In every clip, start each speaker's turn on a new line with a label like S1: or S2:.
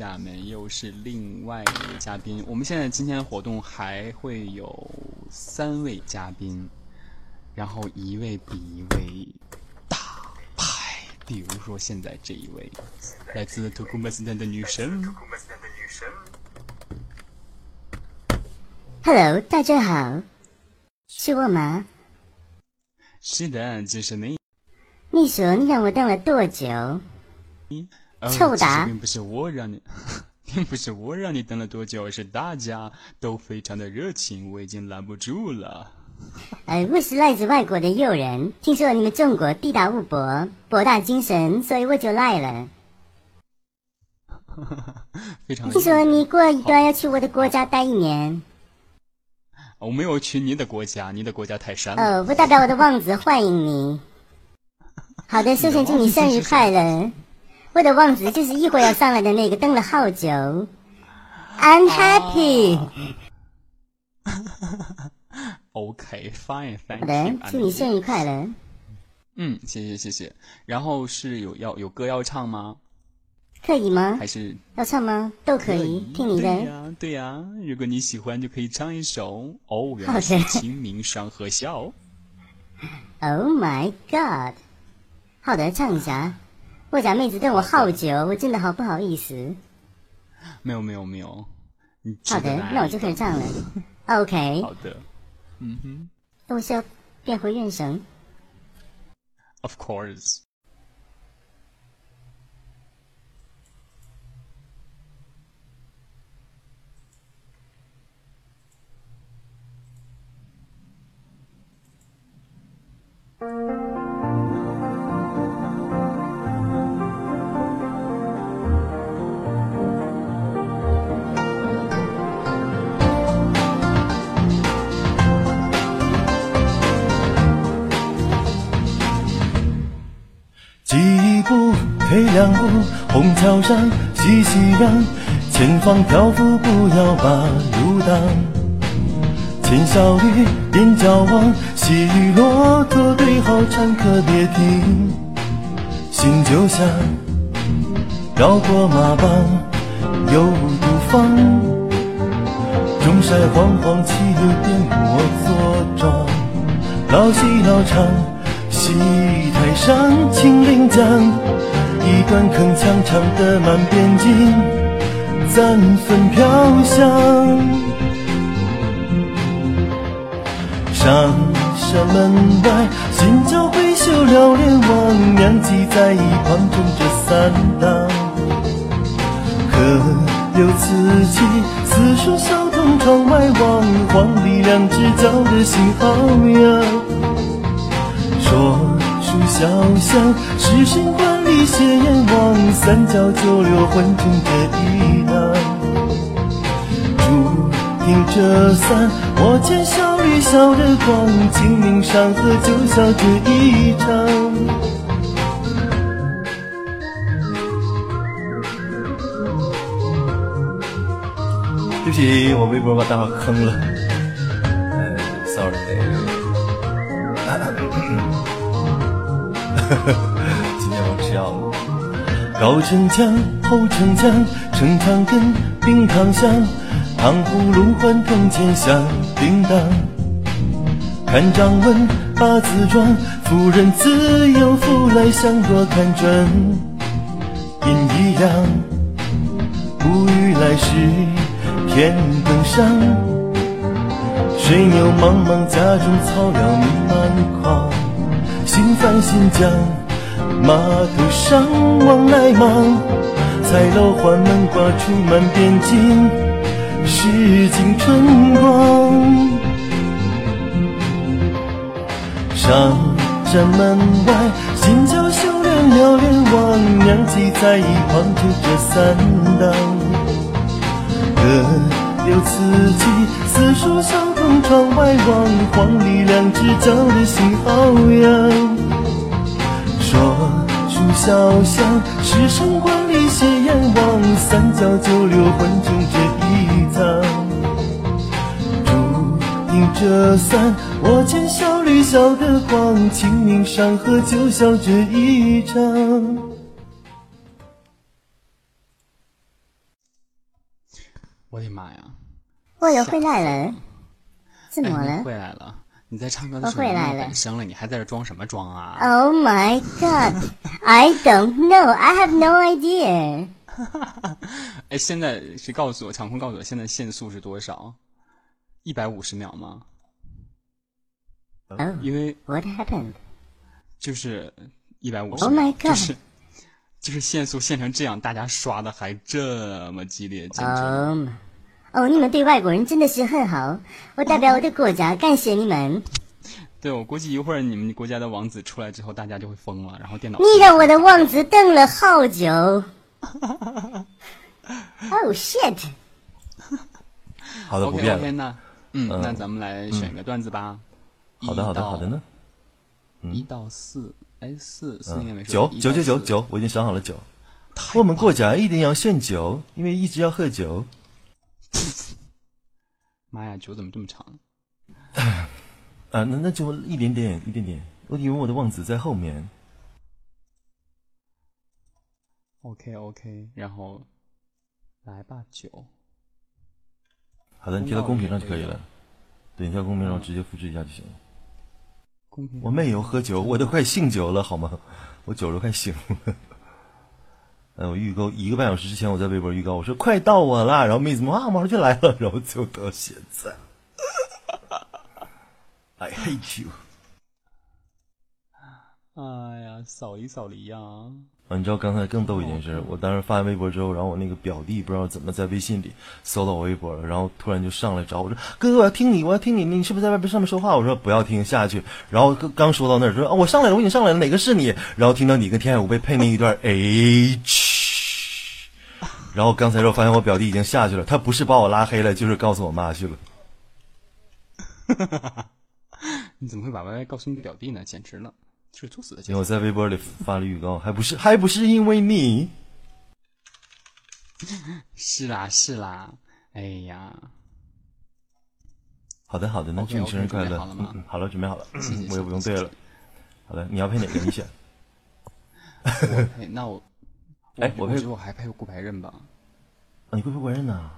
S1: 厦门又是另外一位嘉宾。我们现在今天活动还会有三位嘉宾，然后一位比一位大牌。比如说现在这一位，来自土库曼斯坦的女神。
S2: Hello，大家好，是我吗？
S1: 是的，就是你。
S2: 你说你让我等了多久？
S1: 呃
S2: 臭
S1: 其实
S2: 达
S1: 并不是我让你，并不是我让你等了多久，是大家都非常的热情，我已经拦不住了。
S2: 呃，我是来自外国的友人，听说你们中国地大物博，博大精深，所以我就来了。
S1: 非常的
S2: 听说你过一段要去我的国家待一年，
S1: 我没有去你的国家，你的国家太山了。
S2: 哦，我代表我的王子欢迎你。好的，首先祝你生日快乐。我的王子就是一会儿要上来的那个，等了好久。I'm happy。
S1: OK fine
S2: 好
S1: thank
S2: 的
S1: you，，
S2: 祝你
S1: Andy
S2: 生日快乐。
S1: 嗯，谢谢谢谢。然后是有要有歌要唱吗？
S2: 可以吗
S1: 还？是
S2: 要唱吗？都可以，听你
S1: 对
S2: 的。
S1: 呀对呀，如果你喜欢就可以唱一首。哦，原来
S2: 好的
S1: 是《清明上河笑》。
S2: Oh my god！好的，唱一下。我家妹子等我好久，我真的好不好意思。
S1: 没有没有没有，你值
S2: 好
S1: 得
S2: 的，
S1: 爱
S2: 那我就开始唱了。OK，
S1: 好的。嗯哼
S2: 我是要变回原声。
S1: ，Of course。
S3: 几步退两步，红桥上熙熙攘，前方漂浮，不要把路挡。前小雨边角望，细雨落驼对好唱，可别停。心就像绕过马帮，有独方。中山晃晃，七柳变我坐庄。老戏老唱，戏台上秦岭江，一段铿锵唱得满边境，赞纷飘香。上山门外，心照挥袖流连忘，娘几在一旁撑着伞挡。可有此情？似说小童窗外望，黄鹂两只叫得心好痒。说书小巷，诗心馆里斜眼望，三教九流混成这一档。竹停着伞，我见小雨笑着光，清明上河就笑这一场。对不起，我微博把大伙坑了，呃，sorry。今天我吃药了。高城墙，后城墙，城墙根，冰糖香，糖葫芦换铜钱响叮当。看掌纹，八字妆，夫人自有福来相，多看准，阴一样。无语来时天更上，水牛茫茫，家中草料弥漫狂。新翻新疆，码头上往来忙，彩楼环门挂出满边境，市井春光。上山门外，心焦修炼流连忘，娘几在一旁拄着伞挡。各有此情，四处小童窗外望，黄鹂两只叫得心好痒。说书小巷，是生活里斜眼望，三教九流混成这一堂。竹顶着伞，我见小雨笑得光，清明上河就笑这一场。
S1: 我的妈呀！
S2: 我又回来了，怎么
S1: 哎你
S2: 了
S1: 回来了？你在唱歌的时候
S2: 我
S1: 已
S2: 哦回
S1: 经
S2: 来
S1: 有
S2: 了
S1: 本声了，你还在这装什么装啊？
S2: ？Oh my god! I don't know. I have no idea.
S1: 哎，现在谁告诉我？场控告诉我现在限速是多少？一百五十秒吗？
S2: Oh,
S1: 因为
S2: what happened?
S1: 就是一百五十
S2: Oh my
S1: 秒，就
S2: God
S1: 是 就是限速限成这样，大家刷的还这么激烈，简直！
S2: 哦、哦，你们对外国人真的是很好，我代表我的国家感谢你们。
S1: 对我估计一会儿你们国家的王子出来之后，大家就会疯了，然后电脑
S2: 你让我的王子等了好久。Oh shit！
S3: 好的，不
S1: OK
S3: 变
S1: OK，
S3: 了。
S1: 那嗯，
S3: 嗯
S1: 那咱们来选个段子吧。
S3: 好的，好的，好的呢。
S1: 一到四，哎，四四应该没
S3: 嗯，
S1: 说
S3: 九
S1: 吧。一
S3: 九
S1: 到
S3: 九九
S1: 四，
S3: 九，我已经想好了九。我们过奖一定要炫酒，因为一直要喝酒。
S1: 妈呀，九怎么这么长？
S3: 啊，那那就一点点，一点点。我以为我的望子在后面。
S1: OK OK，然后来吧九，
S3: 好的，你贴到公屏上就可以了。对，你贴到公屏上直接复制一下就行了。
S1: 公屏
S3: 我没有喝酒，我都快醒酒了，好吗？我酒都快醒了。哎，我预告一个半小时之前，我在微博预告，我说快到我啦，然后妹子们啊，马上就来了，然后就到现在。I hate you。
S1: 哎呀，扫一扫一呀！
S3: 啊，你知道刚才更逗一件
S1: 哦
S3: 事，我当时发微博之后，然后我那个表弟不知道怎么在微信里搜到我微博了，然后突然就上来找我说：“哥哥，我要听你，我要听你，你是不是在外边上面说话？”我说：“不要听，下去。”然后刚刚说到那儿，说：“啊，我上来了，我已经上来了，哪个是你？”然后听到你跟天海无被配那一段 H，然后刚才我发现我表弟已经下去了，他不是把我拉黑了，就是告诉我妈去了。
S1: 你怎么会把 YY 告诉你表弟呢？简直了，这是作死的节
S3: 因为
S1: 奏
S3: 我。在微博里发了预告，还不是还不是因为你。
S1: 是啦是啦，哎呀，
S3: 好的，好的，那
S1: OK，
S3: 祝你
S1: OK，
S3: 生日快
S1: 准备
S3: 乐！
S1: 好了吗
S3: 嗯嗯好了，准备好了，
S1: 谢谢
S3: 我也不用
S1: 谢谢
S3: 对了。好的，你要配哪个？你 选。
S1: 我配那我，
S3: 哎我
S1: 我
S3: 配
S1: 觉得我还配顾白刃吧。
S3: 啊，你会不会认呢？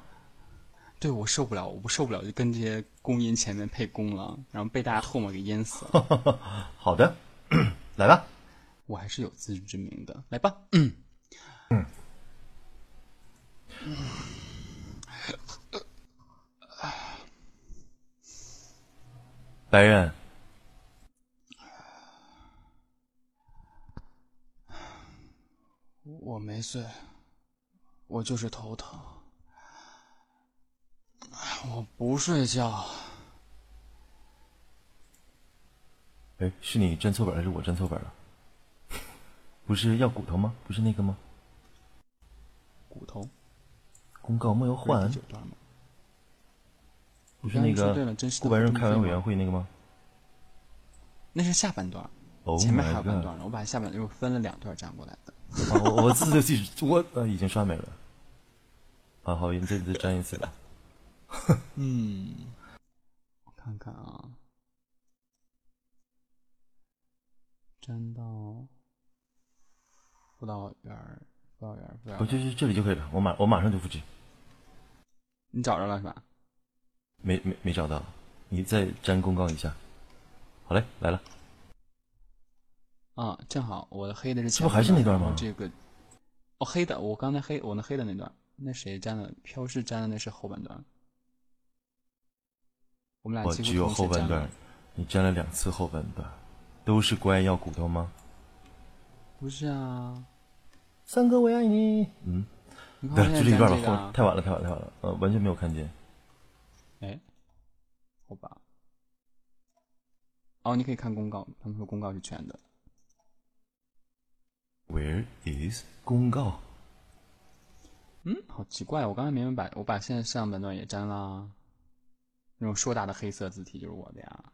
S1: 对，我受不了，我不受不了，就跟这些公音前面配公了，然后被大家唾沫给淹死 了。
S3: 好的， 来吧。
S1: 我还是有自知之明的，来吧，嗯
S3: 白刃，
S1: 我没睡，我就是头疼，我不睡觉，
S3: 哎，是你站错本还是我站错本了？ 不是要骨头吗？不是那个吗？
S1: 骨头
S3: 公告莫要
S1: 不是
S3: 换
S1: 第，九段吗？
S3: 不是那
S1: 我刚才说对
S3: 个
S1: 了真是的
S3: 顾白刃开
S1: 我这
S3: 完
S1: 么
S3: 委
S1: 废
S3: 员会那个吗
S1: 那是下半段，
S3: ？Oh
S1: 前面还
S3: my
S1: 有半
S3: god！
S1: 段呢，我把下半段又分了两段站过来的。
S3: 啊我我自己自己我呃已经刷没了。啊，好，你再你再粘一次 吧。
S1: 嗯，我看看啊，粘到辅导员儿，辅导员儿，辅导
S3: 不，
S1: 员儿，
S3: 这这这哦里就可以了。我马我马上就复制，
S1: 你找着了是吧？
S3: 没没没找到，你再粘公告一下。好嘞，来了。
S1: 啊，正好我的黑的是
S3: 这
S1: 前
S3: 不还是那段
S1: 然后
S3: 吗
S1: 这个，哦，黑的，我刚才黑我那黑的那段，那谁占了？飘逝占的那是后半段。我们俩
S3: 我
S1: 几乎
S3: 只有
S1: 同时
S3: 后半
S1: 占
S3: 段
S1: 了，，
S3: 你占了两次后半段，都是乖要骨头吗？
S1: 不是啊？
S3: 三哥，我爱你。嗯，
S1: 你看
S3: 对
S1: 我，现在
S3: 就这一
S1: 占
S3: 段
S1: 哦这
S3: 吧，
S1: 个
S3: 后
S1: 啊，
S3: 太晚了，太晚了，太晚了，呃，完全没有看见。
S1: 哎，好吧。哦，你可以看公告，他们说公告是全的。
S3: Where is 公告？
S1: 嗯，好奇怪，我刚才明明把我把现在上半段也粘啦，那种硕大的黑色字体就是我的呀。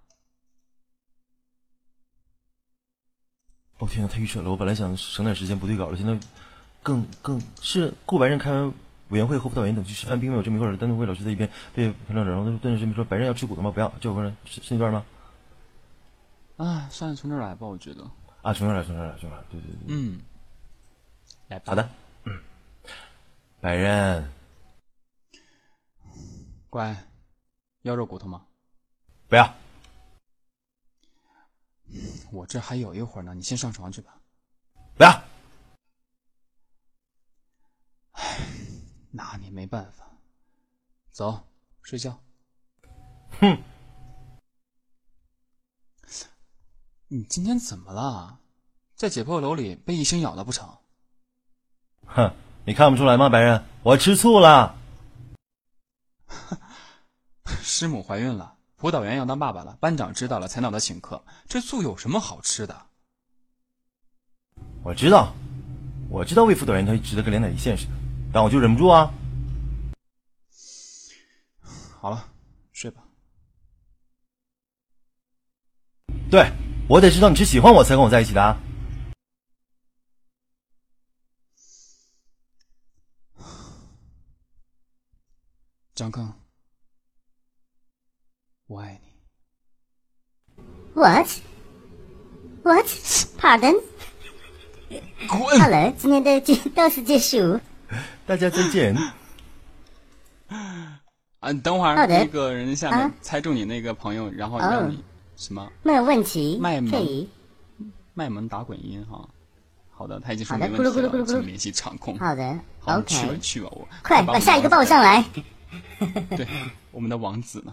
S3: 哦天呐，太愚蠢了！我本来想省点时间不对稿了，现在更更是顾白刃开完委员会后，辅导员等去吃饭，并没有证明或者单独会老师在一边被评论者，然后顿时证明说白刃要吃骨头吗？不要，这我人是是那段吗？
S1: 啊，算了，从这儿来吧，我觉得。
S3: 啊，重新来，重新来，重新来，对对对，
S1: 嗯，来吧。
S3: 好的，嗯，白刃，
S1: 乖，要肉骨头吗？
S3: 不要，
S1: 我这还有一会儿呢，你先上床去吧。
S3: 不要，
S1: 拿你没办法。走，睡觉。
S3: 哼，
S1: 你今天怎么了？在解剖楼里被异星咬了不成？
S3: 哼，你看不出来吗，白人？我吃醋了。
S1: 师母怀孕了，辅导员要当爸爸了，班长知道了才闹他请客。这醋有什么好吃的？
S3: 我知道，我知道魏辅导员他值得跟连乃一线似的，但我就忍不住啊。
S1: 好了，睡吧。
S3: 对，我得知道你是喜欢我才跟我在一起的啊。
S1: 张康，我爱你。
S2: What? What? Pardon?
S1: 滚！
S2: 好 了，今天的节到此结束。
S3: 大家再见。
S1: 啊，你等会
S2: 好
S1: 儿
S2: 的
S1: 那个人下面
S2: 啊
S1: 猜中你那个朋友，然后
S2: 哦
S1: 让你什么
S2: 没有问题，
S1: 卖萌
S2: 可以。
S1: 卖萌打滚音哈。好的，他已经说
S2: 好的
S1: 没问题
S2: 咕噜咕噜咕噜
S1: 了，
S2: 咕噜
S1: 请联系场控。
S2: 好的
S1: 好，你去吧，你
S2: ，OK。
S1: 去吧，我
S2: 快
S1: 你
S2: 把下一个
S1: 报
S2: 报上来。
S1: 对，我们的王子呢？